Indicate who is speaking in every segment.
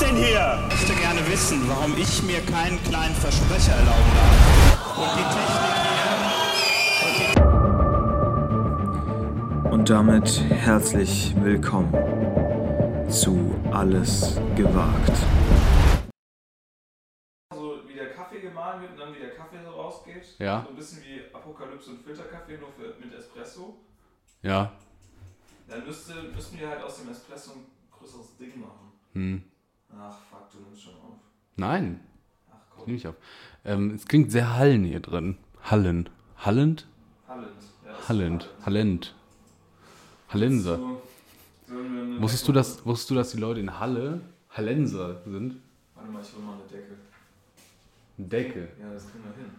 Speaker 1: denn hier? Ich möchte gerne wissen, warum ich mir keinen kleinen Versprecher erlauben darf. Und die Technik hier.
Speaker 2: Und damit herzlich willkommen zu Alles gewagt.
Speaker 3: so Also, wie der Kaffee gemahlen wird und dann wie der Kaffee so rausgeht.
Speaker 4: Ja.
Speaker 3: So ein bisschen wie Apokalypse und Filterkaffee, nur für, mit Espresso.
Speaker 4: Ja.
Speaker 3: Dann müsste, müssten wir halt aus dem Espresso ein größeres Ding machen.
Speaker 4: Hm.
Speaker 3: Ach fuck, du nimmst schon auf.
Speaker 4: Nein,
Speaker 3: Ach
Speaker 4: ich
Speaker 3: komm,
Speaker 4: nehme ich ab. Ähm, es klingt sehr Hallen hier drin. Hallen. Hallend?
Speaker 3: Hallend. Ja, das ist
Speaker 4: Hallend.
Speaker 3: Hallend.
Speaker 4: Hallend. Hallenser.
Speaker 3: So, sollen wir eine
Speaker 4: Wusstest du,
Speaker 3: Decke-
Speaker 4: dass, wusstest du, dass die Leute in Halle Hallenser sind?
Speaker 3: Warte mal, ich hol mal eine Decke.
Speaker 4: Decke.
Speaker 3: Ja, das kriegen wir hin.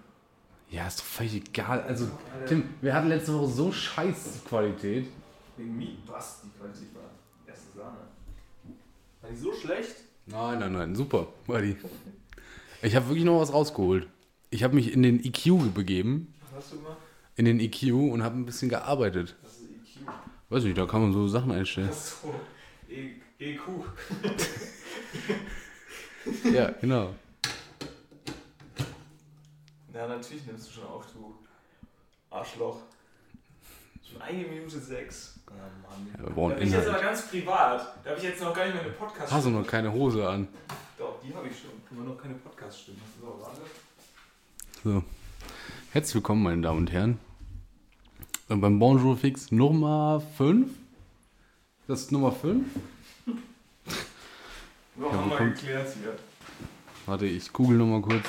Speaker 4: Ja, ist doch völlig egal. Also, Tim, wir hatten letzte Woche so scheiß Qualität.
Speaker 3: Wegen Meat Bust, die Qualität war erste Sahne. War die so schlecht?
Speaker 4: Nein, nein, nein, super, Buddy. Ich habe wirklich noch was rausgeholt. Ich habe mich in den EQ begeben,
Speaker 3: Was hast du gemacht?
Speaker 4: in den EQ und habe ein bisschen gearbeitet.
Speaker 3: Das ist E EQ.
Speaker 4: Weiß nicht, da kann man so Sachen einstellen.
Speaker 3: Ach so, E- EQ.
Speaker 4: Ja, genau.
Speaker 3: Na, natürlich nimmst du schon auf, du Arschloch. Schon eine Minute sechs. Oh Mann.
Speaker 4: Ja, wir brauchen
Speaker 3: da bin ich jetzt
Speaker 4: Inhalt.
Speaker 3: aber ganz privat. Da habe ich jetzt noch gar nicht meine podcast
Speaker 4: Hast du noch keine Hose an?
Speaker 3: Doch, die habe ich schon. Aber noch keine Podcast-Stimme. So, warte.
Speaker 4: So. Herzlich willkommen, meine Damen und Herren. Und beim Bonjour Fix Nummer 5. Das ist Nummer 5.
Speaker 3: So,
Speaker 4: Ja,
Speaker 3: haben wir
Speaker 4: bekommt-
Speaker 3: geklärt hier.
Speaker 4: Warte, ich google nochmal kurz.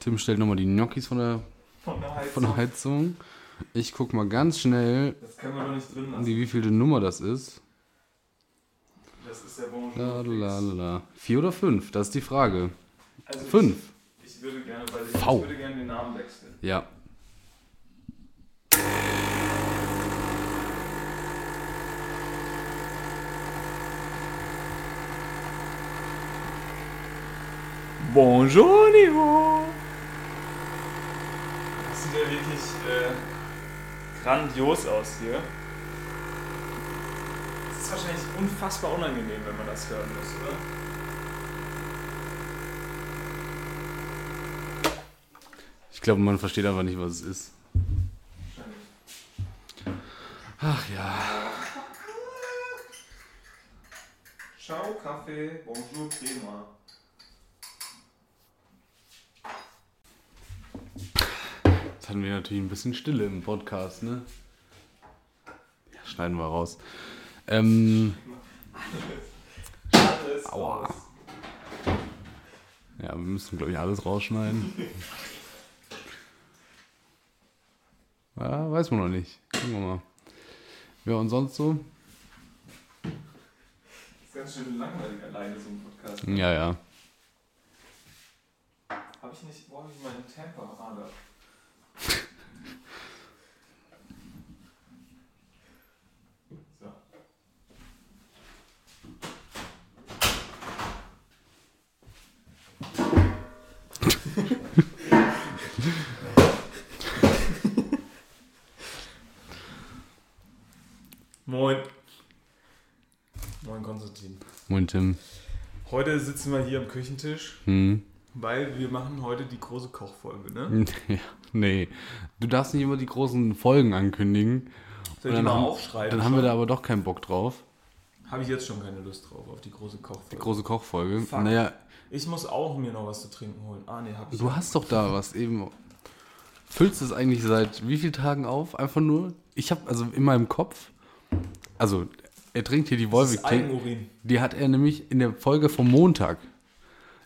Speaker 4: Tim stellt nochmal die Gnocchis von der,
Speaker 3: Von der Heizung.
Speaker 4: von der Heizung. Ich guck mal ganz schnell,
Speaker 3: Das können wir doch nicht drin lassen.
Speaker 4: die, wie viele Nummer das ist.
Speaker 3: Das ist der Bonjour.
Speaker 4: La, la, la, la. Vier oder fünf? Das ist die Frage.
Speaker 3: Also
Speaker 4: Fünf.
Speaker 3: Ich, ich würde gerne bei den, ich
Speaker 4: V.
Speaker 3: würde gerne den Namen wechseln.
Speaker 4: Ja.
Speaker 2: Bonjour, Niveau!
Speaker 3: Das sieht ja wirklich äh, grandios aus hier. Das ist wahrscheinlich unfassbar unangenehm, wenn man das hören muss, oder?
Speaker 4: Ich glaube, man versteht einfach nicht, was es ist.
Speaker 3: Wahrscheinlich.
Speaker 4: Ach ja.
Speaker 3: Ciao, Kaffee. Bonjour, Crema.
Speaker 4: Jetzt hatten wir natürlich ein bisschen Stille im Podcast, ne? Ja, schneiden wir raus. Ähm,
Speaker 3: Alles
Speaker 4: Aua.
Speaker 3: raus.
Speaker 4: ja, wir müssen, glaube ich, alles rausschneiden. Ja, weiß man noch nicht. Gucken wir mal. Ja, und sonst so?
Speaker 3: Ist ganz schön langweilig alleine so ein Podcast.
Speaker 4: Ja, ja.
Speaker 3: Hab ich nicht, wo hab ich meinen Temper? Ah, da. So. Moin. Moin Konstantin.
Speaker 4: Moin, Tim.
Speaker 3: Heute sitzen wir hier am Küchentisch.
Speaker 4: Hm.
Speaker 3: Weil wir machen heute die große Kochfolge, ne?
Speaker 4: Ja, nee. Du darfst nicht immer die großen Folgen ankündigen.
Speaker 3: Soll ich die
Speaker 4: Dann
Speaker 3: mal
Speaker 4: haben-
Speaker 3: aufschreiben?
Speaker 4: Dann haben wir da aber doch keinen Bock drauf.
Speaker 3: Habe ich jetzt schon keine Lust drauf, auf die große Kochfolge.
Speaker 4: Große Kochfolge.
Speaker 3: Fuck.
Speaker 4: Naja,
Speaker 3: ich muss auch mir noch was zu trinken holen. Ah, ne, hab ich.
Speaker 4: Du hast doch da was eben. Füllst es eigentlich seit wie vielen Tagen auf? Einfach nur? Ich habe also in meinem Kopf. Also er trinkt hier die
Speaker 3: das ist
Speaker 4: Wolvik.
Speaker 3: Eigenurin.
Speaker 4: Die hat er nämlich in der Folge vom Montag.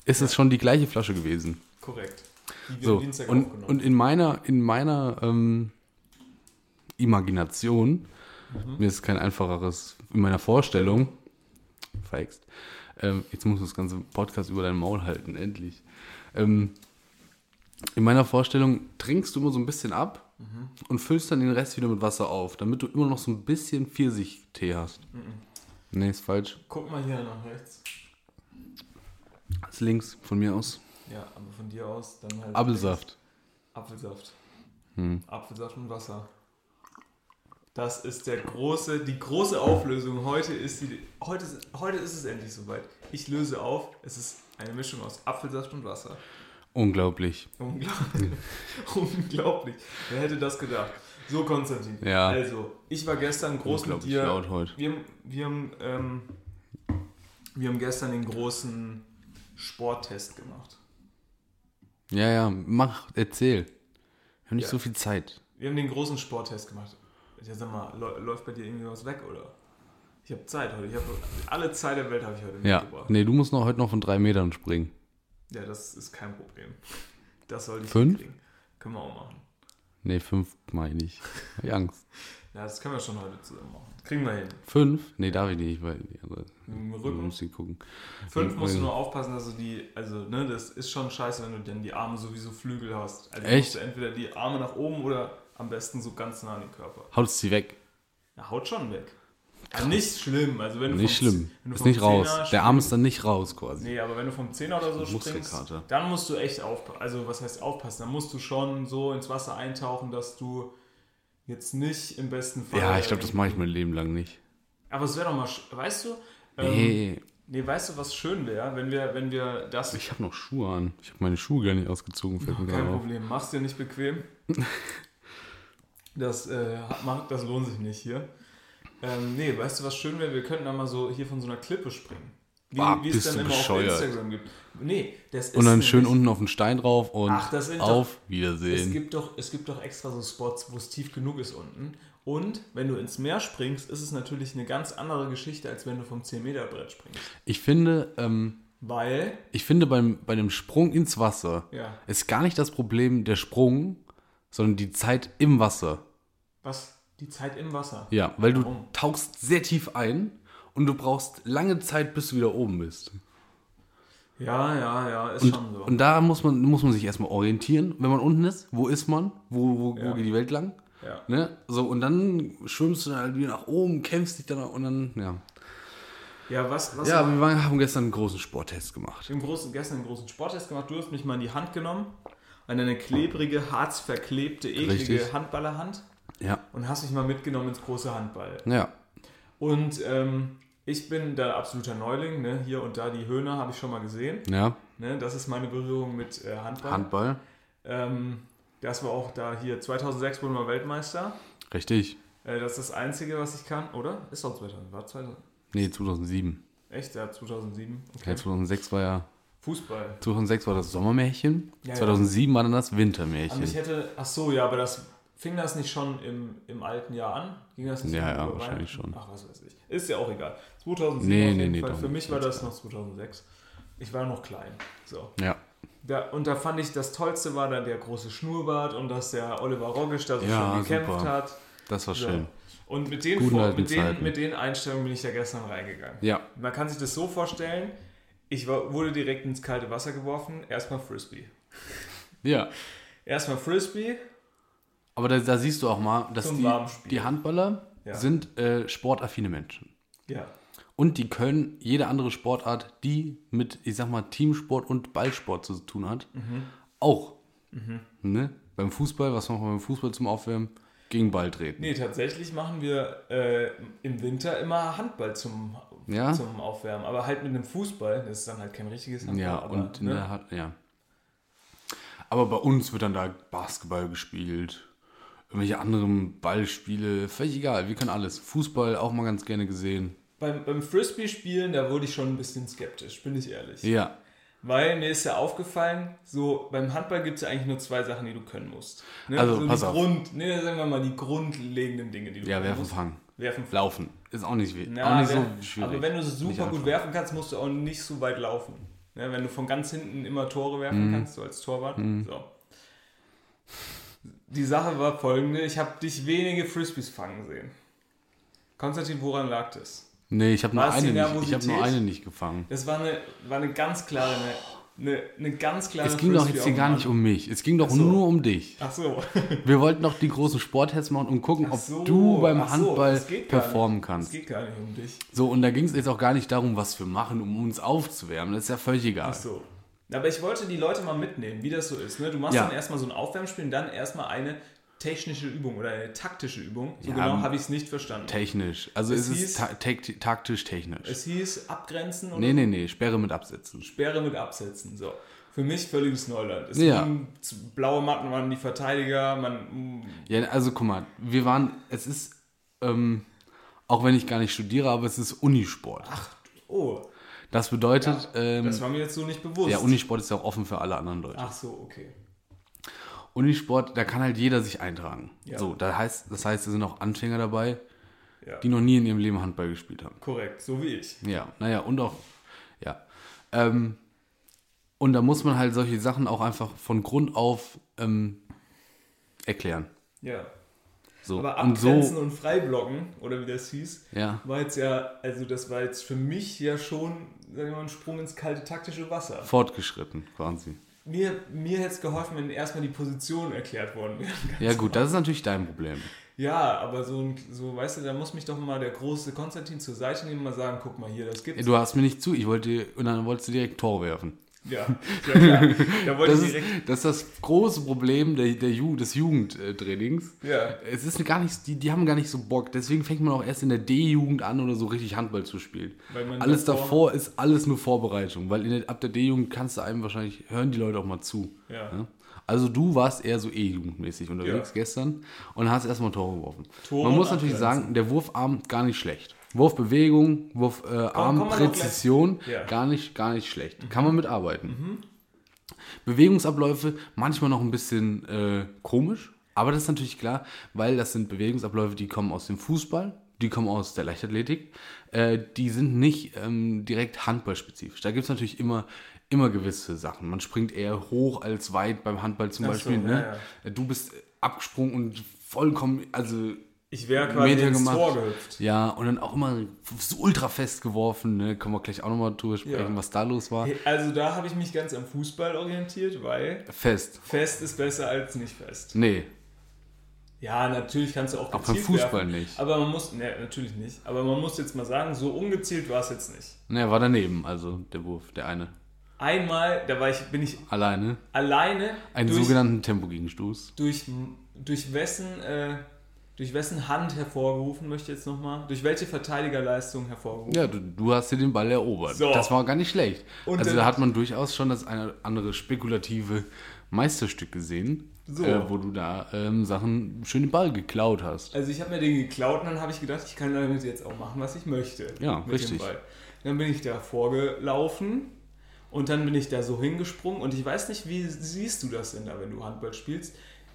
Speaker 4: Ist es schon die gleiche Flasche gewesen?
Speaker 3: Korrekt. Die wir
Speaker 4: So
Speaker 3: am Dienstag
Speaker 4: und,
Speaker 3: aufgenommen
Speaker 4: und in meiner in meiner ähm, Imagination
Speaker 3: Mhm.
Speaker 4: mir ist kein einfacheres in meiner Vorstellung. Verhext. Ähm, jetzt musst du das ganze Podcast über dein Maul halten, endlich. Ähm, in meiner Vorstellung trinkst du immer so ein bisschen ab
Speaker 3: Mhm.
Speaker 4: und füllst dann den Rest wieder mit Wasser auf, damit du immer noch so ein bisschen Pfirsichtee hast.
Speaker 3: Mhm.
Speaker 4: Nee, ist falsch.
Speaker 3: Guck mal hier nach rechts.
Speaker 4: Ist links von mir aus.
Speaker 3: Ja, aber von dir aus dann halt.
Speaker 4: Apfelsaft.
Speaker 3: Apfelsaft.
Speaker 4: Hm.
Speaker 3: Apfelsaft und Wasser. Das ist der große, die große Auflösung. Heute ist, die, heute, ist- heute ist es endlich soweit. Ich löse auf. Es ist eine Mischung aus Apfelsaft und Wasser.
Speaker 4: Unglaublich.
Speaker 3: Unglaublich. Unglaublich. Wer hätte das gedacht? So, Konstantin.
Speaker 4: Ja.
Speaker 3: Also, ich war gestern groß mit
Speaker 4: Unglaublich
Speaker 3: dir.
Speaker 4: laut heute.
Speaker 3: Wir, haben- wir, haben, ähm, wir haben gestern den großen Sporttest gemacht.
Speaker 4: Ja, ja, mach, erzähl. Wir haben nicht
Speaker 3: Ja.
Speaker 4: so viel Zeit.
Speaker 3: Wir haben den großen Sporttest gemacht. Ja, sag mal, lä- läuft bei dir irgendwie was weg, oder? Ich habe Zeit heute. Ich hab, alle Zeit der Welt habe ich heute
Speaker 4: Ja,
Speaker 3: mitgebracht.
Speaker 4: nee, du musst noch heute noch von drei Metern springen.
Speaker 3: Ja, das ist kein Problem. Das sollte ich
Speaker 4: Fünf?
Speaker 3: hinkriegen. Können wir auch machen.
Speaker 4: Nee, fünf meine ich. Hab ich Angst.
Speaker 3: Ja, das können wir schon heute zusammen machen. Kriegen wir hin.
Speaker 4: Fünf? Nee, darf ich nicht, weil die andere.
Speaker 3: Im
Speaker 4: Du
Speaker 3: Rücken.
Speaker 4: musst die gucken.
Speaker 3: Fünf musst du nur aufpassen, dass du die, also ne, das ist schon scheiße, wenn du dann die Arme sowieso Flügel hast. Also musst
Speaker 4: Echt?
Speaker 3: du entweder die Arme nach oben oder am besten so ganz nah an den Körper.
Speaker 4: Haust sie weg.
Speaker 3: Ja, haut schon weg. Aber nicht schlimm, also wenn du
Speaker 4: Nicht
Speaker 3: vom-
Speaker 4: schlimm.
Speaker 3: wenn du
Speaker 4: Ist
Speaker 3: vom
Speaker 4: nicht raus.
Speaker 3: Zehner
Speaker 4: Der Arm ist dann nicht raus quasi.
Speaker 3: Nee, aber wenn du vom Zehner oder so springst,
Speaker 4: Muskelkater.
Speaker 3: dann musst du echt aufpassen. Also, was heißt aufpassen? Dann musst du schon so ins Wasser eintauchen, dass du jetzt nicht im besten Fall.
Speaker 4: Ja, ich glaube, das mache ich mein Leben lang nicht.
Speaker 3: Aber es wäre doch mal, sch- weißt du? Ähm,
Speaker 4: Nee,
Speaker 3: Nee, weißt du, was schön wäre, wenn wir, wenn wir das.
Speaker 4: ich genau. habe noch Schuhe an. Ich habe meine Schuhe gar nicht ausgezogen. Fällt mir
Speaker 3: Kein
Speaker 4: gerade auf.
Speaker 3: Problem, mach's dir nicht bequem. Das, äh, macht, das lohnt sich nicht hier. Ähm, nee, weißt du, was schön wäre? Wir könnten da mal so hier von so einer Klippe springen. Wie,
Speaker 4: Ah,
Speaker 3: wie es
Speaker 4: bist
Speaker 3: dann
Speaker 4: du
Speaker 3: immer
Speaker 4: bescheuert.
Speaker 3: auf Instagram gibt. Nee, das ist
Speaker 4: Und dann schön
Speaker 3: nämlich-
Speaker 4: unten auf den Stein drauf und
Speaker 3: Ach, das sind doch-
Speaker 4: auf
Speaker 3: Es
Speaker 4: Wiedersehen.
Speaker 3: gibt, doch, es gibt doch extra so Spots, wo es tief genug ist unten. Und wenn du ins Meer springst, ist es natürlich eine ganz andere Geschichte, als wenn du vom 10-Meter-Brett springst.
Speaker 4: Ich finde, ähm,
Speaker 3: Weil,
Speaker 4: ich finde beim, bei dem Sprung ins Wasser
Speaker 3: ja,
Speaker 4: ist gar nicht das Problem der Sprung, sondern die Zeit im Wasser.
Speaker 3: was? Die Zeit im Wasser.
Speaker 4: Ja, weil du
Speaker 3: Warum?
Speaker 4: tauchst sehr tief ein und du brauchst lange Zeit, bis du wieder oben bist.
Speaker 3: ja, ja, ja, ist schon so.
Speaker 4: Und da muss man, muss man sich erstmal orientieren. Wenn man unten ist, wo ist man? Wo, wo,
Speaker 3: Ja.
Speaker 4: wo geht die Welt lang?
Speaker 3: ja.
Speaker 4: Ne? So, und dann schwimmst du dann halt wieder nach oben, kämpfst dich dann nach- und dann, ja.
Speaker 3: ja, was, was
Speaker 4: Ja, wir waren, haben gestern einen großen Sporttest gemacht.
Speaker 3: im großen, gestern einen großen Sporttest gemacht. Du hast mich mal in die Hand genommen, an deine klebrige, harzverklebte, eklige
Speaker 4: Richtig.
Speaker 3: Handballerhand
Speaker 4: Ja.
Speaker 3: und hast mich mal mitgenommen ins große Handball.
Speaker 4: Ja.
Speaker 3: Und ähm, ich bin da absoluter Neuling. Ne? Hier und da die Höhner habe ich schon mal gesehen.
Speaker 4: Ja.
Speaker 3: Ne? Das ist meine Berührung mit äh, Handball.
Speaker 4: Handball.
Speaker 3: Ähm, das war auch da hier. 2006 wurden wir Weltmeister.
Speaker 4: Richtig.
Speaker 3: Äh, das ist das Einzige, was ich kann, oder? Ist doch 2000. War 2000.
Speaker 4: Nee, 2007.
Speaker 3: Echt? Ja, 2007.
Speaker 4: Ja,
Speaker 3: Okay.
Speaker 4: 2006 war ja.
Speaker 3: Fußball.
Speaker 4: 2006 war das Sommermärchen.
Speaker 3: Ja, ja.
Speaker 4: 2007 war dann das
Speaker 3: Aber Also ich
Speaker 4: Wintermärchen.
Speaker 3: hätte. Ach so, ja, aber das. Fing das nicht schon im, im alten Jahr an? Ging das nicht
Speaker 4: Ja,
Speaker 3: schon
Speaker 4: ja,
Speaker 3: über
Speaker 4: wahrscheinlich
Speaker 3: Weihnachten?
Speaker 4: schon.
Speaker 3: Ach, was weiß ich. Ist ja auch egal. 2007
Speaker 4: Nee,
Speaker 3: auf jeden
Speaker 4: nee, nee,
Speaker 3: Fall.
Speaker 4: doch
Speaker 3: Für
Speaker 4: nicht.
Speaker 3: mich war das noch 2006. Ich war noch klein. So.
Speaker 4: Ja.
Speaker 3: Da, und da fand ich, das Tollste war dann der große Schnurrbart und dass der Oliver Roggisch da so
Speaker 4: Ja,
Speaker 3: schön gekämpft
Speaker 4: super.
Speaker 3: hat.
Speaker 4: Das war
Speaker 3: So.
Speaker 4: schön.
Speaker 3: Und mit den,
Speaker 4: Guten
Speaker 3: Vor
Speaker 4: alten
Speaker 3: mit, den,
Speaker 4: Zeiten.
Speaker 3: mit den Einstellungen bin ich ja gestern reingegangen.
Speaker 4: Ja.
Speaker 3: Man kann sich das so vorstellen, ich war, wurde direkt ins kalte Wasser geworfen. Erstmal Frisbee.
Speaker 4: Ja.
Speaker 3: Erstmal Frisbee.
Speaker 4: Aber da, da siehst du auch mal, dass
Speaker 3: Zum
Speaker 4: die,
Speaker 3: Warmspiel.
Speaker 4: die Handballer
Speaker 3: Ja.
Speaker 4: sind äh, sportaffine Menschen.
Speaker 3: Ja.
Speaker 4: Und die können jede andere Sportart, die mit, ich sag mal, Teamsport und Ballsport zu tun hat,
Speaker 3: Mhm.
Speaker 4: auch. Ne? Beim Fußball, was macht man beim Fußball zum Aufwärmen? Gegen Ball treten.
Speaker 3: Nee, tatsächlich machen wir äh, im Winter immer Handball zum,
Speaker 4: Ja.
Speaker 3: zum Aufwärmen. Aber halt mit einem Fußball. Das ist dann halt kein richtiges Handball.
Speaker 4: ja,
Speaker 3: aber, ne?
Speaker 4: und in der Hand, ja. Aber bei uns wird dann da Basketball gespielt, irgendwelche anderen Ballspiele, völlig egal, wir können alles. Fußball auch mal ganz gerne gesehen.
Speaker 3: beim, beim Frisbee-Spielen, da wurde ich schon ein bisschen skeptisch, bin ich ehrlich.
Speaker 4: Ja.
Speaker 3: Weil mir ist ja aufgefallen, so beim Handball gibt es ja eigentlich nur zwei Sachen, die du können musst. Ne?
Speaker 4: Also,
Speaker 3: so
Speaker 4: pass
Speaker 3: die
Speaker 4: auf.
Speaker 3: Grund, ne, sagen wir mal die grundlegenden Dinge, die du
Speaker 4: Ja,
Speaker 3: können
Speaker 4: werfen,
Speaker 3: musst.
Speaker 4: fangen.
Speaker 3: Werfen, fangen.
Speaker 4: Laufen. Ist auch nicht, we-
Speaker 3: Na,
Speaker 4: auch nicht
Speaker 3: wer-
Speaker 4: so schwierig.
Speaker 3: Aber wenn du
Speaker 4: Nicht
Speaker 3: super gut
Speaker 4: einfach.
Speaker 3: werfen kannst, musst du auch nicht so weit laufen. Ne? Wenn du von ganz hinten immer Tore werfen
Speaker 4: Mhm.
Speaker 3: kannst, so als Torwart. So. Die Sache war folgende: Ich habe dich wenige Frisbees fangen sehen. Konstantin, woran lag das?
Speaker 4: Nee, ich habe nur,
Speaker 3: War es die
Speaker 4: eine nicht- ich hab nur
Speaker 3: Nervosität?
Speaker 4: eine nicht gefangen.
Speaker 3: Das war eine, war eine ganz klare, eine, eine, eine ganz klare
Speaker 4: Es ging doch jetzt hier gar
Speaker 3: Frisbee-Aufnahme.
Speaker 4: nicht um mich. Es ging doch
Speaker 3: so.
Speaker 4: nur um dich.
Speaker 3: Ach so.
Speaker 4: Wir wollten noch die großen Sporttests machen und gucken,
Speaker 3: Ach
Speaker 4: ob
Speaker 3: so,
Speaker 4: du beim
Speaker 3: ach so,
Speaker 4: Handball
Speaker 3: das geht gar
Speaker 4: performen
Speaker 3: nicht.
Speaker 4: kannst.
Speaker 3: Es geht gar nicht um dich.
Speaker 4: So, und da ging es jetzt auch gar nicht darum, was wir machen, um uns aufzuwärmen. Das ist ja völlig egal.
Speaker 3: Ach so. Aber ich wollte die Leute mal mitnehmen, wie das so ist. Ne? Du machst
Speaker 4: Ja.
Speaker 3: dann erstmal so ein Aufwärmspiel und dann erstmal eine technische Übung oder eine taktische Übung. So
Speaker 4: Ja,
Speaker 3: genau
Speaker 4: m-
Speaker 3: habe ich es nicht verstanden.
Speaker 4: Technisch. Also
Speaker 3: Es
Speaker 4: es,
Speaker 3: hieß-
Speaker 4: ist ta tak- taktisch technisch.
Speaker 3: es hieß Abgrenzen oder
Speaker 4: nee, nee, nee, Sperre mit Absetzen.
Speaker 3: Sperre mit Absetzen. So. Für mich völliges Neuland. Es
Speaker 4: Ja.
Speaker 3: ging zu- blaue Matten waren die Verteidiger, man mm,
Speaker 4: Ja, also guck mal, wir waren, es ist, ähm, auch wenn ich gar nicht studiere, aber es ist Unisport.
Speaker 3: oh,
Speaker 4: Das bedeutet, ähm,
Speaker 3: das war mir jetzt so nicht bewusst.
Speaker 4: ja, Unisport ist ja auch offen für alle anderen Leute.
Speaker 3: Ach so, okay.
Speaker 4: Unisport, da kann halt jeder sich eintragen. So, da heißt, das heißt, es sind auch Anfänger dabei,
Speaker 3: Ja.
Speaker 4: die noch nie in ihrem Leben Handball gespielt haben.
Speaker 3: Korrekt, so wie ich.
Speaker 4: Ja, naja, und auch, ja. Ähm, und da muss man halt solche Sachen auch einfach von Grund auf ähm, erklären.
Speaker 3: Ja.
Speaker 4: So.
Speaker 3: Aber
Speaker 4: und
Speaker 3: abgrenzen
Speaker 4: so,
Speaker 3: und, freiblocken, oder wie das hieß,
Speaker 4: Ja.
Speaker 3: war jetzt ja, also das war jetzt für mich ja schon, sagen wir mal, ein Sprung ins kalte taktische Wasser.
Speaker 4: fortgeschritten quasi.
Speaker 3: Mir, mir hätte es geholfen, wenn erstmal die Position erklärt worden wäre.
Speaker 4: Ja gut, das ist natürlich dein Problem.
Speaker 3: Ja, aber so, ein, so, weißt du, da muss mich doch mal der große Konstantin zur Seite nehmen und mal sagen, guck mal hier, das gibt's.
Speaker 4: Du hast mir nicht zu, ich wollte dir, und dann wolltest du direkt Tor werfen.
Speaker 3: Ja, ja klar. Da wollte
Speaker 4: Das
Speaker 3: ich
Speaker 4: ist,
Speaker 3: direkt.
Speaker 4: das ist das große Problem der, der Ju des Jugendtrainings.
Speaker 3: Ja.
Speaker 4: Es ist gar nicht, die, die haben gar nicht so Bock. Deswegen fängt man auch erst in der D-Jugend an oder so richtig Handball zu spielen.
Speaker 3: Weil man
Speaker 4: Alles
Speaker 3: davor-
Speaker 4: davor ist alles nur Vorbereitung, weil in der, ab der D-Jugend kannst du einem wahrscheinlich, hören die Leute auch mal zu.
Speaker 3: Ja.
Speaker 4: Also du warst eher so E-Jugendmäßig unterwegs gestern und hast erstmal Tore geworfen.
Speaker 3: Tore
Speaker 4: man muss
Speaker 3: und
Speaker 4: natürlich
Speaker 3: abgrenzen.
Speaker 4: sagen, der Wurfarm gar nicht schlecht. Wurfbewegung,
Speaker 3: kommen wir noch
Speaker 4: Wurfarm,
Speaker 3: gleich-
Speaker 4: Präzision,
Speaker 3: Ja. Mhm.
Speaker 4: gar, nicht, gar nicht schlecht. Kann man mitarbeiten. Bewegungsabläufe manchmal noch ein bisschen äh, komisch, aber das ist natürlich klar, weil das sind Bewegungsabläufe, die kommen aus dem Fußball, die kommen aus der Leichtathletik, äh, die sind nicht ähm, direkt handballspezifisch. Da gibt es natürlich immer, immer gewisse Sachen. Man springt eher hoch als weit beim Handball zum
Speaker 3: Ach so,
Speaker 4: Beispiel.
Speaker 3: ja,
Speaker 4: ne? Du bist abgesprungen und vollkommen, also
Speaker 3: Ich wäre quasi
Speaker 4: Meter
Speaker 3: ins
Speaker 4: gemacht.
Speaker 3: Tor gehüpft.
Speaker 4: ja, und dann auch immer so ultra fest geworfen. Ne? Können wir gleich auch nochmal drüber sprechen,
Speaker 3: Ja.
Speaker 4: was da los war.
Speaker 3: Also da habe ich mich ganz am Fußball orientiert, weil
Speaker 4: Fest.
Speaker 3: fest ist besser als nicht fest.
Speaker 4: Nee,
Speaker 3: Ja, natürlich kannst du auch
Speaker 4: Auch beim
Speaker 3: gezielt
Speaker 4: Fußball
Speaker 3: werfen,
Speaker 4: nicht.
Speaker 3: Aber man muss, ne, natürlich nicht. Aber man muss jetzt mal sagen, so ungezielt war es jetzt nicht.
Speaker 4: naja, war daneben, also der Wurf, der eine.
Speaker 3: Einmal, da war ich, bin ich
Speaker 4: Alleine.
Speaker 3: alleine
Speaker 4: Einen
Speaker 3: durch,
Speaker 4: sogenannten Tempogegenstoß.
Speaker 3: durch, durch wessen, äh, durch wessen Hand hervorgerufen, möchte ich jetzt nochmal, durch welche Verteidigerleistung hervorgerufen.
Speaker 4: Ja, du, du hast dir den Ball erobert.
Speaker 3: So.
Speaker 4: Das war gar nicht schlecht.
Speaker 3: Und
Speaker 4: also
Speaker 3: dann-
Speaker 4: da hat man durchaus schon das eine oder andere spekulative Meisterstück gesehen,
Speaker 3: So.
Speaker 4: äh, wo du da ähm, Sachen schön den Ball geklaut hast.
Speaker 3: Also ich habe mir den geklaut und dann habe ich gedacht, ich kann damit jetzt auch machen, was ich möchte.
Speaker 4: Ja,
Speaker 3: mit Dem
Speaker 4: richtig.
Speaker 3: Ball. Dann bin ich da vorgelaufen und dann bin ich da so hingesprungen und ich weiß nicht, wie siehst du das denn da, wenn du Handball spielst?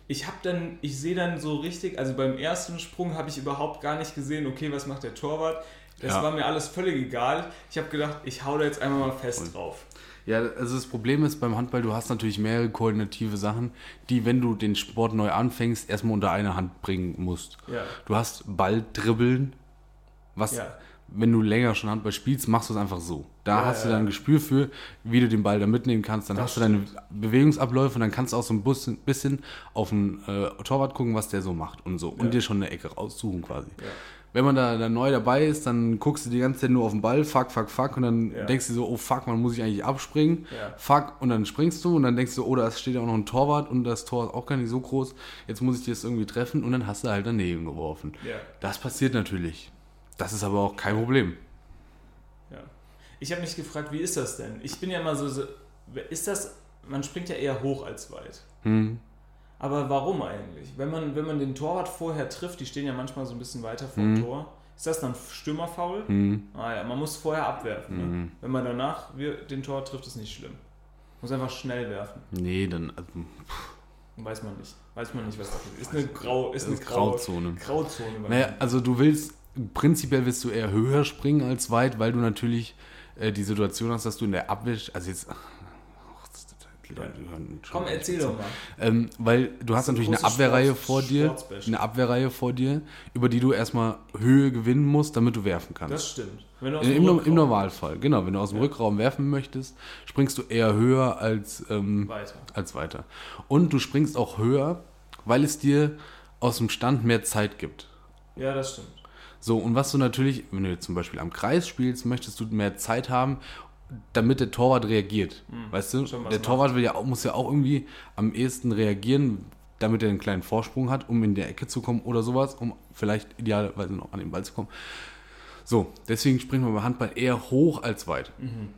Speaker 3: Ich habe dann, ich sehe dann so richtig, also beim ersten Sprung habe ich überhaupt gar nicht gesehen, okay, was macht der Torwart? Das
Speaker 4: Ja.
Speaker 3: war mir alles völlig egal. Ich habe gedacht, ich hau da jetzt einmal mal fest drauf.
Speaker 4: Ja, also das Problem ist beim Handball, du hast natürlich mehrere koordinative Sachen, die, wenn du den Sport neu anfängst, erstmal unter eine Hand bringen musst.
Speaker 3: Ja.
Speaker 4: Du hast Ball dribbeln, was,
Speaker 3: Ja.
Speaker 4: wenn du länger schon Handball spielst, machst du es einfach so. Da hast du
Speaker 3: ja,
Speaker 4: dann ein Gespür für, wie du den Ball da mitnehmen kannst. Dann hast du deine Bewegungsabläufe und dann kannst du auch so ein bisschen, bisschen auf den äh, Torwart gucken, was der so macht und so. Und dir schon eine Ecke raussuchen quasi. Wenn man da, da neu dabei ist, dann guckst du die ganze Zeit nur auf den Ball, fuck, fuck, fuck. Und dann
Speaker 3: Ja.
Speaker 4: denkst du so, oh fuck, man muss ich eigentlich abspringen.
Speaker 3: Ja.
Speaker 4: Fuck. Und dann springst du und dann denkst du, oh, da steht ja auch noch ein Torwart und das Tor ist auch gar nicht so groß. Jetzt muss ich das irgendwie treffen und dann hast du halt daneben geworfen.
Speaker 3: Ja.
Speaker 4: Das passiert natürlich. Das ist aber auch kein Problem.
Speaker 3: Ja. Ich habe mich gefragt, wie ist das denn? Ich bin ja mal so, so ist das, man springt ja eher hoch als weit.
Speaker 4: Hm.
Speaker 3: Aber warum eigentlich? Wenn man, wenn man den Torwart vorher trifft, die stehen ja manchmal so ein bisschen weiter vom
Speaker 4: Hm.
Speaker 3: Tor. Ist das dann Stürmerfaul? Ah ja, man muss vorher abwerfen.
Speaker 4: Hm.
Speaker 3: Ne? Wenn man danach wir, den Tor trifft, ist nicht schlimm. Muss einfach schnell werfen.
Speaker 4: Nee, dann. Also,
Speaker 3: Weiß man nicht. Weiß man nicht, was das ist. Ist eine, Grau, ist eine
Speaker 4: Ist
Speaker 3: graue-
Speaker 4: Grauzone.
Speaker 3: Grauzone. bei
Speaker 4: naja, also du willst, prinzipiell willst du eher höher springen als weit, weil du natürlich äh, die Situation hast, dass du in der Abwehr. Also jetzt. Ach, das ist total- die Leute hören schon
Speaker 3: Komm,
Speaker 4: nicht
Speaker 3: erzähl
Speaker 4: mehr zu.
Speaker 3: doch mal.
Speaker 4: Ähm, weil du
Speaker 3: Das ist
Speaker 4: hast natürlich
Speaker 3: ein
Speaker 4: eine
Speaker 3: großes
Speaker 4: Abwehrreihe
Speaker 3: Sport-
Speaker 4: vor dir,
Speaker 3: Sportspecial.
Speaker 4: eine Abwehrreihe vor dir, über die du erstmal Höhe gewinnen musst, damit du werfen kannst. Äh,
Speaker 3: Das stimmt. Wenn du aus
Speaker 4: Im,
Speaker 3: dem
Speaker 4: im,
Speaker 3: Rückraum
Speaker 4: Im Normalfall, genau. Wenn du aus dem Rückraum werfen möchtest, springst du eher höher als, ähm,
Speaker 3: Weiter.
Speaker 4: als weiter. Und du springst auch höher, weil es dir aus dem Stand mehr Zeit gibt.
Speaker 3: Ja, das stimmt.
Speaker 4: So, und was du natürlich, wenn du jetzt zum Beispiel am Kreis spielst, möchtest du mehr Zeit haben, damit der Torwart reagiert. Weißt du,
Speaker 3: Hm, schon
Speaker 4: der
Speaker 3: was macht.
Speaker 4: Torwart will ja, auch- muss ja auch irgendwie am ehesten reagieren, damit er einen kleinen Vorsprung hat, um in der Ecke zu kommen oder sowas, um vielleicht idealerweise noch an den Ball zu kommen. So, deswegen springt man bei Handball eher hoch als weit.
Speaker 3: Mhm.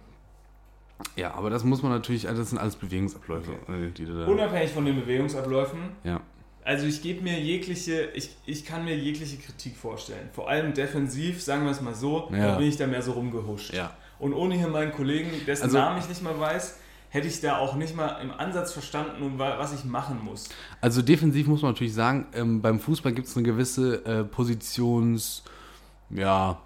Speaker 4: Ja, aber das muss man natürlich, also das sind alles Bewegungsabläufe, äh, die du da.
Speaker 3: Unabhängig von den Bewegungsabläufen.
Speaker 4: Ja.
Speaker 3: Also ich gebe mir jegliche, ich, ich kann mir jegliche Kritik vorstellen. Vor allem defensiv, sagen wir es mal so,
Speaker 4: Ja.
Speaker 3: da bin ich da mehr so rumgehuscht.
Speaker 4: Ja.
Speaker 3: Und ohne hier meinen Kollegen, dessen
Speaker 4: Also-
Speaker 3: Namen ich nicht mal weiß, hätte ich da auch nicht mal im Ansatz verstanden, um wa- was ich machen muss.
Speaker 4: Also defensiv muss man natürlich sagen, ähm, beim Fußball gibt es eine gewisse äh, Positions, ja,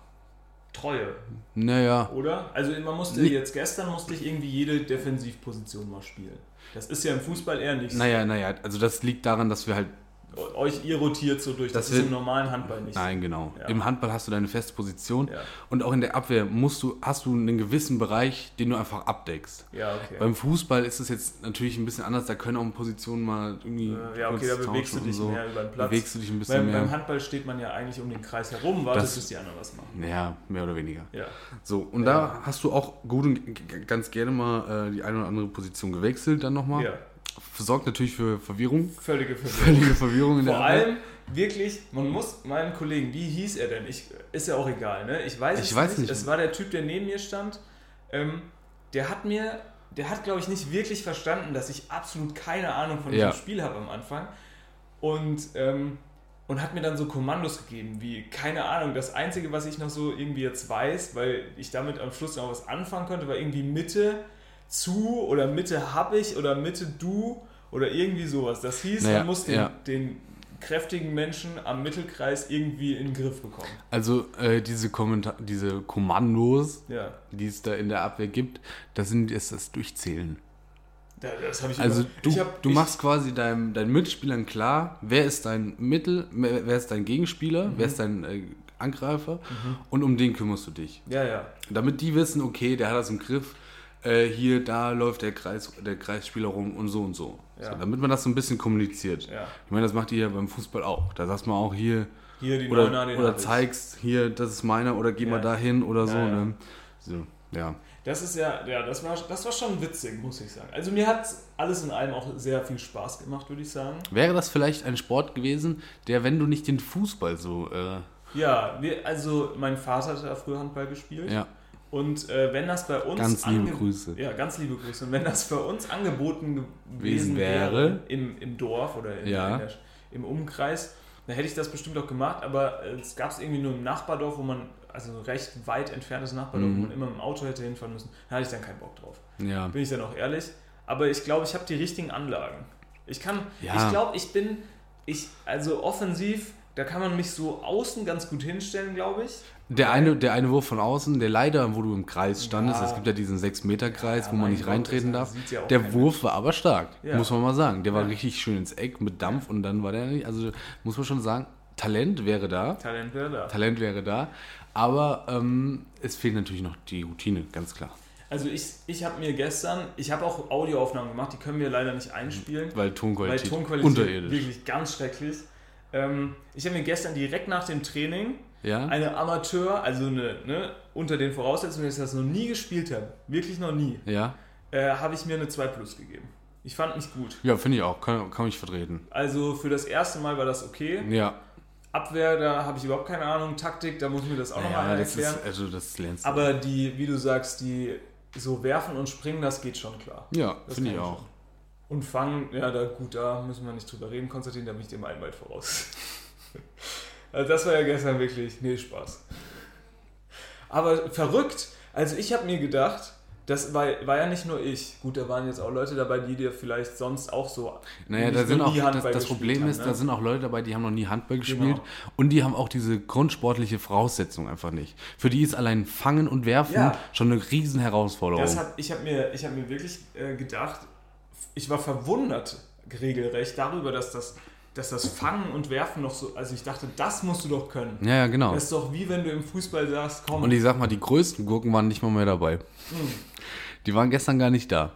Speaker 3: Treue,
Speaker 4: naja,
Speaker 3: oder? Also man musste
Speaker 4: Nee.
Speaker 3: jetzt gestern musste ich irgendwie jede Defensivposition mal spielen. Das ist ja im Fußball eher nicht. so.
Speaker 4: naja, naja, also das liegt daran, dass wir halt
Speaker 3: Eu- Euch ihr rotiert so durch. Das,
Speaker 4: Das
Speaker 3: ist
Speaker 4: wird-
Speaker 3: im normalen Handball nicht. so.
Speaker 4: Nein, genau.
Speaker 3: Ja.
Speaker 4: Im Handball hast du deine feste Position
Speaker 3: Ja.
Speaker 4: und auch in der Abwehr musst du, hast du einen gewissen Bereich, den du einfach abdeckst.
Speaker 3: Ja, okay.
Speaker 4: Beim Fußball ist es jetzt natürlich ein bisschen anders, da können auch Positionen mal irgendwie.
Speaker 3: Äh, ja, okay,
Speaker 4: kurz
Speaker 3: da bewegst
Speaker 4: tauschen
Speaker 3: du
Speaker 4: und
Speaker 3: dich
Speaker 4: so.
Speaker 3: mehr über den Platz.
Speaker 4: Bewegst du dich ein bisschen
Speaker 3: beim,
Speaker 4: mehr.
Speaker 3: beim Handball steht man ja eigentlich um den Kreis herum, wartest,
Speaker 4: Das-
Speaker 3: bis die anderen was machen.
Speaker 4: ja, mehr oder weniger.
Speaker 3: Ja.
Speaker 4: So, und da hast du auch gut und g- g- ganz gerne mal äh, die eine oder andere Position gewechselt, dann nochmal.
Speaker 3: ja.
Speaker 4: Sorgt natürlich für Verwirrung.
Speaker 3: Völlige Verwirrung.
Speaker 4: Völlige Verwirrung in der
Speaker 3: Vor
Speaker 4: Abwehr.
Speaker 3: allem, wirklich, man muss meinen Kollegen, wie hieß er denn? Ich, ist ja auch egal, ne? Ich weiß
Speaker 4: Ich
Speaker 3: es
Speaker 4: weiß
Speaker 3: nicht.
Speaker 4: nicht.
Speaker 3: Es war der Typ, der neben mir stand. Ähm, der hat mir, der hat, glaube ich, nicht wirklich verstanden, dass ich absolut keine Ahnung von
Speaker 4: Ja.
Speaker 3: diesem Spiel habe am Anfang. Und, ähm, und hat mir dann so Kommandos gegeben, wie, keine Ahnung, das Einzige, was ich noch so irgendwie jetzt weiß, weil ich damit am Schluss noch was anfangen konnte, war irgendwie Mitte zu oder Mitte hab ich oder Mitte du oder irgendwie sowas. Das hieß,
Speaker 4: Naja,
Speaker 3: man muss den,
Speaker 4: ja.
Speaker 3: den kräftigen Menschen am Mittelkreis irgendwie in den Griff bekommen.
Speaker 4: Also äh, diese, Kommentar diese Kommandos,
Speaker 3: Ja,
Speaker 4: die es da in der Abwehr gibt, das sind ist das Durchzählen.
Speaker 3: Da- das habe ich
Speaker 4: Also
Speaker 3: immer-
Speaker 4: du,
Speaker 3: ich hab-
Speaker 4: du
Speaker 3: ich-
Speaker 4: machst quasi deinem, deinen Mitspielern klar, wer ist dein Mittel, wer wer ist dein Gegenspieler,
Speaker 3: Mhm.
Speaker 4: wer ist dein äh, Angreifer und um den kümmerst du dich.
Speaker 3: Ja, ja.
Speaker 4: Damit die wissen, okay, der hat das im Griff, äh, hier, da läuft der, Kreis, der Kreisspieler rum und so und so.
Speaker 3: Ja.
Speaker 4: so. Damit man das so ein bisschen kommuniziert.
Speaker 3: Ja.
Speaker 4: Ich meine, das macht ihr ja beim Fußball auch. Da sagst man auch hier,
Speaker 3: Hier die
Speaker 4: oder,
Speaker 3: Neuner, den
Speaker 4: oder
Speaker 3: hab ich.
Speaker 4: zeigst, hier, das ist meiner oder geh
Speaker 3: Ja.
Speaker 4: mal dahin oder so.
Speaker 3: ja.
Speaker 4: Ne? so ja.
Speaker 3: Das ist ja, ja, das war, das war schon witzig, muss ich sagen. Also mir hat alles in allem auch sehr viel Spaß gemacht, würde ich sagen.
Speaker 4: Wäre das vielleicht ein Sport gewesen, der, wenn du nicht den Fußball so. Äh,
Speaker 3: Ja, wir, also mein Vater hat ja früher Handball gespielt.
Speaker 4: ja.
Speaker 3: Und äh, wenn das bei uns
Speaker 4: Ganz liebe
Speaker 3: ange-
Speaker 4: Grüße.
Speaker 3: Ja, ganz liebe Grüße. Und wenn das bei uns angeboten gewesen
Speaker 4: Wesen
Speaker 3: wäre,
Speaker 4: wäre.
Speaker 3: im, im Dorf oder in,
Speaker 4: Ja.
Speaker 3: in der, im Umkreis, dann hätte ich das bestimmt auch gemacht. Aber äh, es gab es irgendwie nur im Nachbardorf, wo man, also ein recht weit entferntes Nachbardorf,
Speaker 4: Mhm.
Speaker 3: wo man immer im Auto hätte hinfahren müssen. Da hatte ich dann keinen Bock drauf.
Speaker 4: Ja.
Speaker 3: Bin ich dann auch ehrlich. Aber ich glaube, ich habe die richtigen Anlagen. Ich kann,
Speaker 4: Ja.
Speaker 3: ich glaube, ich bin, ich, also offensiv, da kann man mich so außen ganz gut hinstellen, glaube ich.
Speaker 4: Der eine, der eine Wurf von außen, der leider, wo du im Kreis standest,
Speaker 3: Ja.
Speaker 4: es gibt ja diesen 6-Meter-Kreis,
Speaker 3: Ja,
Speaker 4: wo man
Speaker 3: mein
Speaker 4: nicht
Speaker 3: Gott,
Speaker 4: reintreten
Speaker 3: das
Speaker 4: darf.
Speaker 3: sieht ja auch
Speaker 4: der
Speaker 3: keiner.
Speaker 4: Wurf war aber stark,
Speaker 3: Ja.
Speaker 4: muss man mal sagen. Der war
Speaker 3: Ja.
Speaker 4: richtig schön ins Eck mit Dampf und dann war der nicht. Also muss man schon sagen, Talent wäre da.
Speaker 3: Talent wäre da.
Speaker 4: Talent wäre da. Aber ähm, es fehlt natürlich noch die Routine, ganz klar.
Speaker 3: Also ich, ich habe mir gestern, ich habe auch Audioaufnahmen gemacht, die können wir leider nicht einspielen, weil,
Speaker 4: Weil Tonqualität,
Speaker 3: Tonqualität
Speaker 4: unterirdisch.
Speaker 3: wirklich ganz schrecklich. Ähm, ich habe mir gestern direkt nach dem Training
Speaker 4: Ja?
Speaker 3: eine Amateur, also eine, ne, unter den Voraussetzungen, dass ich das noch nie gespielt habe, wirklich noch nie,
Speaker 4: ja?
Speaker 3: äh, habe ich mir eine 2 Plus gegeben. Ich fand mich gut.
Speaker 4: Ja, finde ich auch. Kann, kann mich vertreten.
Speaker 3: Also für das erste Mal war das okay.
Speaker 4: Ja.
Speaker 3: Abwehr, da habe ich überhaupt keine Ahnung. Taktik, da muss mir das auch noch
Speaker 4: Ja,
Speaker 3: nochmal
Speaker 4: das
Speaker 3: erklären.
Speaker 4: ist, also das lernst du.
Speaker 3: Aber die, wie du sagst, die so werfen und springen, das geht schon klar.
Speaker 4: ja,
Speaker 3: das
Speaker 4: finde
Speaker 3: kann
Speaker 4: ich
Speaker 3: ich
Speaker 4: auch.
Speaker 3: Und fangen, ja, da, gut, da müssen wir nicht drüber reden, Konstantin, da bin ich dem einen weit voraus. also das war ja gestern wirklich, nee, Spaß. Aber verrückt, also ich habe mir gedacht, das war, war ja nicht nur ich. Gut, da waren jetzt auch Leute dabei, die dir vielleicht sonst auch so.
Speaker 4: Naja,
Speaker 3: nicht
Speaker 4: da
Speaker 3: nur
Speaker 4: sind auch,
Speaker 3: nie
Speaker 4: das,
Speaker 3: Handball
Speaker 4: das
Speaker 3: gespielt
Speaker 4: Problem
Speaker 3: haben,
Speaker 4: ist,
Speaker 3: ne?
Speaker 4: da sind auch Leute dabei, die haben noch nie Handball gespielt
Speaker 3: Genau.
Speaker 4: und die haben auch diese grundsportliche Voraussetzung einfach nicht. Für die ist allein Fangen und Werfen
Speaker 3: Ja.
Speaker 4: schon eine riesen Herausforderung.
Speaker 3: Das hat, ich habe mir, ich hab mir wirklich äh, gedacht, ich war verwundert regelrecht darüber, dass das, dass das Fangen und Werfen noch so. Also ich dachte, das musst du doch können.
Speaker 4: ja, ja, genau.
Speaker 3: Das ist doch wie wenn du im Fußball sagst, komm.
Speaker 4: Und ich sag mal, die größten Gurken waren nicht mal mehr dabei.
Speaker 3: Hm.
Speaker 4: Die waren gestern gar nicht da.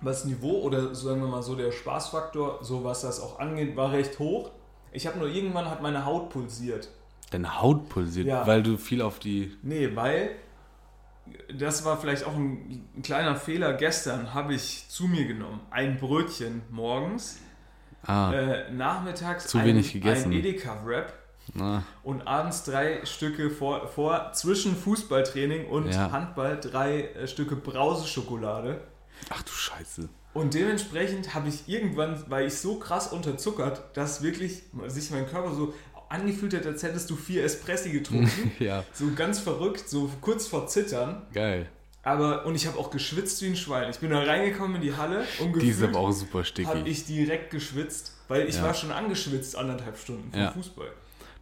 Speaker 3: was Niveau oder sagen wir mal so der Spaßfaktor, so was das auch angeht, war recht hoch. Ich habe nur irgendwann hat meine Haut pulsiert.
Speaker 4: Deine Haut pulsiert,
Speaker 3: Ja.
Speaker 4: weil du viel auf die.
Speaker 3: Nee, weil das war vielleicht auch ein, ein kleiner Fehler. Gestern habe ich zu mir genommen ein Brötchen morgens
Speaker 4: Ah.
Speaker 3: äh, nachmittags
Speaker 4: Zu
Speaker 3: ein,
Speaker 4: wenig gegessen.
Speaker 3: ein Edeka-Wrap
Speaker 4: Na,
Speaker 3: und abends drei Stücke vor, vor zwischen Fußballtraining und
Speaker 4: Ja.
Speaker 3: Handball drei äh, Stücke Brauseschokolade.
Speaker 4: ach du Scheiße.
Speaker 3: Und dementsprechend habe ich irgendwann, weil ich so krass unterzuckert, dass wirklich sich mein Körper so angefühlt hat, als hättest du vier Espressi getrunken.
Speaker 4: Ja,
Speaker 3: so ganz verrückt, so kurz vor Zittern.
Speaker 4: geil.
Speaker 3: Aber, und ich habe auch geschwitzt wie ein Schwein. Ich bin da reingekommen in die Halle und
Speaker 4: Die ist
Speaker 3: gefühlt
Speaker 4: aber auch super
Speaker 3: habe
Speaker 4: stickig.
Speaker 3: ich direkt geschwitzt, weil ich
Speaker 4: Ja.
Speaker 3: war schon angeschwitzt anderthalb Stunden vom
Speaker 4: Ja.
Speaker 3: Fußball.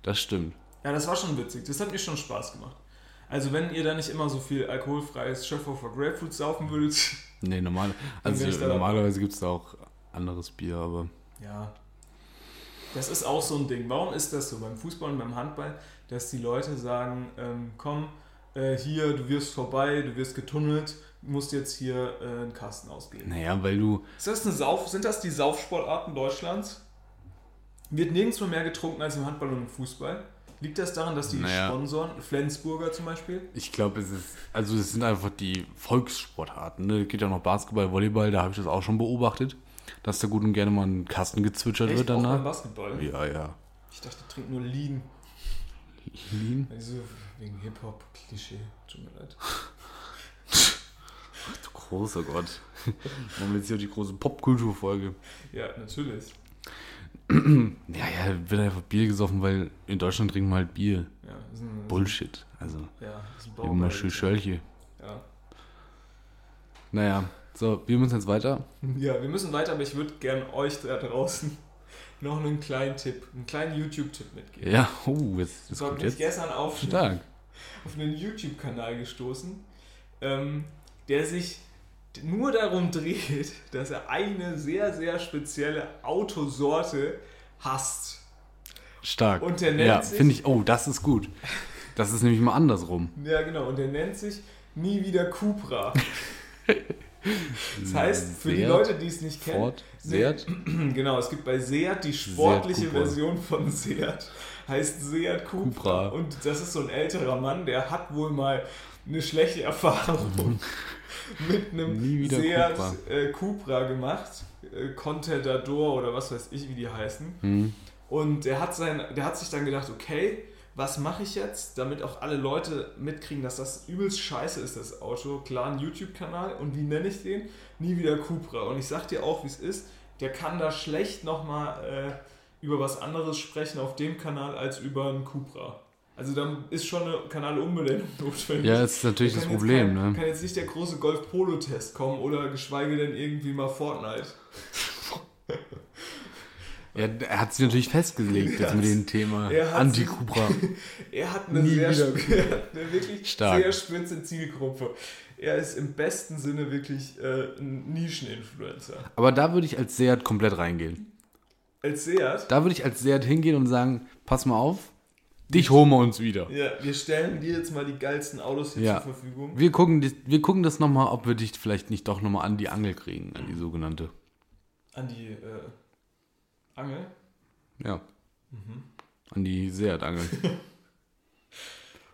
Speaker 4: Das stimmt.
Speaker 3: Ja, das war schon witzig. Das hat mir schon Spaß gemacht. Also wenn ihr da nicht immer so viel alkoholfreies Schöpferfer Grapefruit saufen würdet,
Speaker 4: Nee, normal, also
Speaker 3: bin ich da-
Speaker 4: normalerweise gibt es da auch anderes Bier, aber
Speaker 3: ja. Das ist auch so ein Ding. Warum ist das so beim Fußball und beim Handball, dass die Leute sagen, ähm, komm, äh, hier, du wirst vorbei, du wirst getunnelt, musst jetzt hier äh, einen Kasten ausgeben.
Speaker 4: naja, weil du,
Speaker 3: Ist das eine Sauf sind das die Saufsportarten Deutschlands? Wird nirgendwo mehr getrunken als im Handball und im Fußball? Liegt das daran, dass die
Speaker 4: Naja.
Speaker 3: Sponsoren, Flensburger zum Beispiel,
Speaker 4: ich glaube, es ist, also es sind einfach die Volkssportarten, ne? Es gibt ja noch Basketball, Volleyball, da habe ich das auch schon beobachtet, dass da gut und gerne mal ein Kasten gezwitschert wird
Speaker 3: Echt? Auch beim
Speaker 4: danach.
Speaker 3: Basketball?
Speaker 4: Ja, ja.
Speaker 3: Ich dachte, die trinken nur Lean.
Speaker 4: Lean?
Speaker 3: Also wegen Hip-Hop-Klischee. Tut mir leid.
Speaker 4: Großer oh Gott. Wir haben jetzt hier die große Popkulturfolge.
Speaker 3: Ja, natürlich.
Speaker 4: Ja, ja, wird einfach Bier gesoffen, weil in Deutschland trinken wir halt Bier.
Speaker 3: Ja, ist ein,
Speaker 4: Bullshit. Also,
Speaker 3: ja, ist ein Bauch.
Speaker 4: immer schön Schölche.
Speaker 3: Ja.
Speaker 4: Naja, so, wir müssen jetzt weiter.
Speaker 3: ja, wir müssen weiter, aber ich würde gern euch da draußen noch einen kleinen Tipp, einen kleinen YouTube-Tipp mitgeben.
Speaker 4: Ja, oh, jetzt,
Speaker 3: Ich
Speaker 4: jetzt
Speaker 3: war
Speaker 4: kommt
Speaker 3: mich
Speaker 4: jetzt.
Speaker 3: gestern auf,
Speaker 4: Stark.
Speaker 3: auf einen YouTube-Kanal gestoßen, ähm, der sich nur darum dreht, dass er eine sehr, sehr spezielle Autosorte hasst.
Speaker 4: Stark.
Speaker 3: Und der nennt
Speaker 4: ja,
Speaker 3: sich-
Speaker 4: finde ich, oh, das ist gut. Das ist nämlich mal andersrum.
Speaker 3: Ja, genau. Und der nennt sich Nie wieder Cupra. Das heißt, für die
Speaker 4: Seat,
Speaker 3: Leute, die es nicht kennen, ne,
Speaker 4: Ford, Seat.
Speaker 3: genau, es gibt bei Seat die sportliche
Speaker 4: Cupra.
Speaker 3: Version von Seat. Heißt Seat Cupra.
Speaker 4: Cupra.
Speaker 3: Und das ist so ein älterer Mann, der hat wohl mal eine schlechte Erfahrung mit
Speaker 4: Mhm. Nie
Speaker 3: einem
Speaker 4: wieder
Speaker 3: Seat
Speaker 4: Cupra.
Speaker 3: Cupra, äh, Cupra gemacht. Äh, Contador oder was weiß ich, wie die heißen.
Speaker 4: Hm.
Speaker 3: Und der hat, sein, der hat sich dann gedacht, okay, was mache ich jetzt, damit auch alle Leute mitkriegen, dass das übelst scheiße ist, das Auto. Klar, ein YouTube-Kanal. Und wie nenne ich den? Nie wieder Cupra. Und ich sag dir auch, wie es ist. Der kann da schlecht nochmal äh, über was anderes sprechen auf dem Kanal als über einen Cupra. Also dann ist schon eine Kanalumbenennung notwendig.
Speaker 4: Ja, das ist natürlich
Speaker 3: Da
Speaker 4: das
Speaker 3: kann jetzt
Speaker 4: Problem,
Speaker 3: kein,
Speaker 4: ne?
Speaker 3: Kann jetzt nicht der große Golf-Polo-Test kommen oder geschweige denn irgendwie mal Fortnite.
Speaker 4: Ja, er hat sich natürlich festgelegt jetzt mit dem Thema
Speaker 3: er hat sich-
Speaker 4: Anti-Cupra.
Speaker 3: Er hat eine
Speaker 4: Nie
Speaker 3: sehr
Speaker 4: wieder.
Speaker 3: sp- er hat eine wirklich
Speaker 4: Stark.
Speaker 3: sehr spitze Zielgruppe. Er ist im besten Sinne wirklich äh, ein Nischen-Influencer.
Speaker 4: Aber da würde ich als Seat komplett reingehen.
Speaker 3: Als Seat,
Speaker 4: Da würde ich als Seat hingehen und sagen, pass mal auf, dich holen wir uns wieder.
Speaker 3: ja, wir stellen dir jetzt mal die geilsten Autos hier
Speaker 4: Ja.
Speaker 3: zur Verfügung.
Speaker 4: Wir gucken, das- wir gucken das nochmal, ob wir dich vielleicht nicht doch nochmal an die Angel kriegen, an die sogenannte.
Speaker 3: An die äh, Angel.
Speaker 4: Ja.
Speaker 3: Mhm.
Speaker 4: An die Seat-Angel.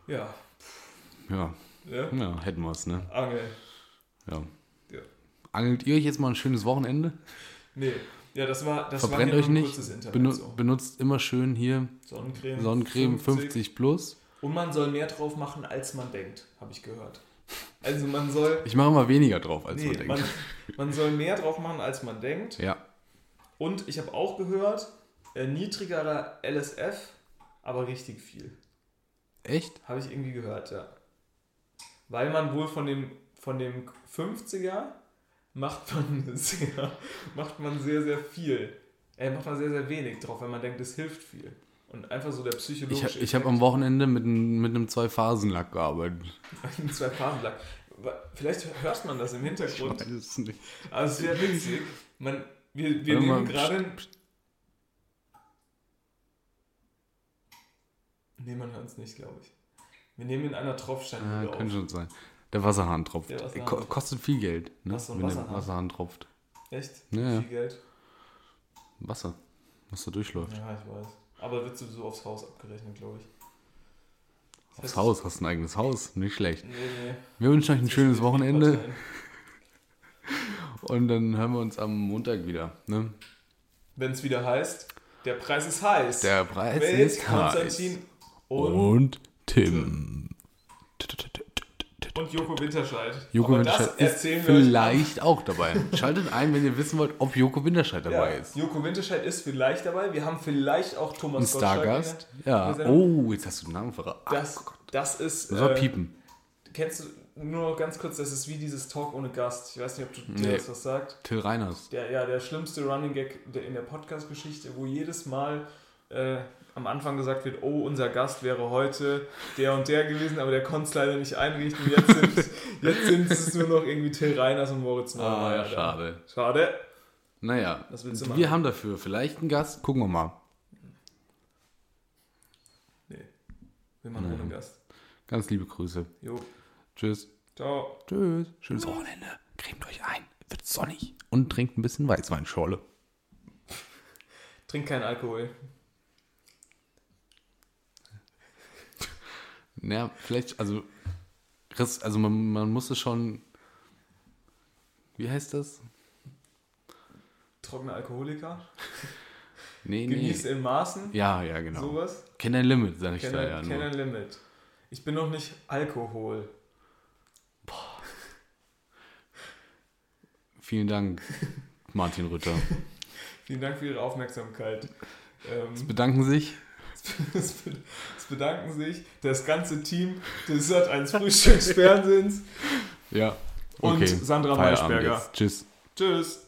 Speaker 3: Ja,
Speaker 4: ja.
Speaker 3: ja.
Speaker 4: ja, hätten wir es, ne?
Speaker 3: Angel.
Speaker 4: Ja.
Speaker 3: Ja.
Speaker 4: Angelt ihr euch jetzt mal ein schönes Wochenende?
Speaker 3: Nee, ja, das war, das
Speaker 4: Verbrennt
Speaker 3: war
Speaker 4: euch
Speaker 3: hier nur ein
Speaker 4: nicht.
Speaker 3: kurzes Internet.
Speaker 4: Benu
Speaker 3: So.
Speaker 4: Benutzt immer schön hier
Speaker 3: Sonnencreme,
Speaker 4: Sonnencreme 50 plus.
Speaker 3: Und man soll mehr drauf machen, als man denkt, habe ich gehört. Also man soll,
Speaker 4: Ich mache mal weniger drauf, als
Speaker 3: nee,
Speaker 4: man denkt.
Speaker 3: man, man soll mehr drauf machen, als man denkt.
Speaker 4: ja,
Speaker 3: Und ich habe auch gehört, äh, niedrigerer LSF, aber richtig viel.
Speaker 4: echt?
Speaker 3: Habe ich irgendwie gehört, ja. Weil man wohl von dem, von dem 50er macht man sehr, macht man sehr, sehr viel. Äh, macht man sehr, sehr wenig drauf, wenn man denkt, es hilft viel. Und einfach so der
Speaker 4: Ich,
Speaker 3: psychologische
Speaker 4: hab- ich habe am Wochenende mit, einem- mit einem Zwei-Phasen-Lack gearbeitet.
Speaker 3: Wochenende zwei Farben lag. Vielleicht hört man das im Hintergrund.
Speaker 4: es nicht.
Speaker 3: Aber es ist sehr witzig. Man, wir wir
Speaker 4: Warte mal,
Speaker 3: nehmen gerade. Nee, man hört es nicht, glaube ich. Wir nehmen in einer
Speaker 4: Ah,
Speaker 3: Tropfsteinhöhle
Speaker 4: könnte
Speaker 3: auf.
Speaker 4: schon sein. Der Wasserhahn tropft.
Speaker 3: Der Wasserhahn.
Speaker 4: Ko- Kostet viel Geld, ne?
Speaker 3: Ach so, ein
Speaker 4: wenn der
Speaker 3: Wasserhahn.
Speaker 4: Wasserhahn tropft.
Speaker 3: Echt?
Speaker 4: Ja, ja.
Speaker 3: Viel Geld?
Speaker 4: Wasser, was da durchläuft.
Speaker 3: Ja, ich weiß. Aber wird sowieso aufs Haus abgerechnet, glaube ich. Das
Speaker 4: Das
Speaker 3: heißt,
Speaker 4: Haus, hast ein eigenes Haus, nicht schlecht.
Speaker 3: Nee, nee.
Speaker 4: Wir wünschen euch ein schönes Wochenende
Speaker 3: Parteien.
Speaker 4: und dann hören wir uns am Montag wieder. Ne?
Speaker 3: wenn es wieder heißt, der Preis ist heiß.
Speaker 4: Der Preis
Speaker 3: Mit
Speaker 4: ist heiß.
Speaker 3: Konstantin und,
Speaker 4: Und Tim.
Speaker 3: und Joko Winterscheid.
Speaker 4: Joko
Speaker 3: Aber
Speaker 4: Winterscheid
Speaker 3: das
Speaker 4: ist
Speaker 3: erzählen wir euch
Speaker 4: vielleicht auch dabei. Schaltet ein, wenn ihr wissen wollt, ob Joko Winterscheid
Speaker 3: Ja,
Speaker 4: dabei ist.
Speaker 3: Joko Winterscheid ist vielleicht dabei. Wir haben vielleicht auch Thomas
Speaker 4: Ein
Speaker 3: Gottschalk
Speaker 4: Stargast.
Speaker 3: in der- in
Speaker 4: Ja.
Speaker 3: der Sendung.
Speaker 4: Oh, jetzt hast du den Namen verraten. Ah,
Speaker 3: Das, das ist.
Speaker 4: Müssen wir
Speaker 3: äh,
Speaker 4: piepen.
Speaker 3: Kennst du nur noch ganz kurz, das ist wie dieses Talk ohne Gast. Ich weiß nicht, ob du dir
Speaker 4: Nee.
Speaker 3: das was sagt.
Speaker 4: Till Reiners.
Speaker 3: Der, ja, der schlimmste Running Gag der- in der Podcast-Geschichte, wo jedes Mal äh, am Anfang gesagt wird, oh, unser Gast wäre heute der und der gewesen, aber der konnte es leider nicht einrichten. Jetzt sind, jetzt sind es nur noch irgendwie Till Reiners und Moritz
Speaker 4: Ah,
Speaker 3: Neumeier.
Speaker 4: ja, schade.
Speaker 3: Schade.
Speaker 4: Naja,
Speaker 3: Was willst du machen?
Speaker 4: wir haben dafür vielleicht einen Gast. Gucken wir mal.
Speaker 3: Nee. Wir machen
Speaker 4: Mhm.
Speaker 3: ohne Gast.
Speaker 4: Ganz liebe Grüße.
Speaker 3: Jo.
Speaker 4: Tschüss.
Speaker 3: Ciao.
Speaker 4: Tschüss. Schönes Wochenende. Cremt euch ein. Wird sonnig. Und trinkt ein bisschen Weißweinschorle.
Speaker 3: Trink keinen Alkohol.
Speaker 4: Naja, vielleicht, also, Chris, also man, man muss es schon. Wie heißt das?
Speaker 3: Trockener Alkoholiker.
Speaker 4: Nee,
Speaker 3: Genieß
Speaker 4: nee.
Speaker 3: in Maßen.
Speaker 4: Ja, ja, genau.
Speaker 3: Sowas.
Speaker 4: Kenn dein Limit, sag ich
Speaker 3: Kenn
Speaker 4: da
Speaker 3: ein-
Speaker 4: ja
Speaker 3: kenn
Speaker 4: nur.
Speaker 3: ein Limit. Ich bin noch nicht Alkohol.
Speaker 4: Vielen Dank, Martin Rütter.
Speaker 3: Vielen Dank für Ihre Aufmerksamkeit. Ähm,
Speaker 4: Bedanken sich.
Speaker 3: es be- es bedanken sich das ganze Team des Sat1 Frühstücksfernsehens
Speaker 4: Ja.
Speaker 3: und
Speaker 4: Okay.
Speaker 3: Sandra
Speaker 4: Feierabend
Speaker 3: Maischberger.
Speaker 4: jetzt. Tschüss.
Speaker 3: Tschüss.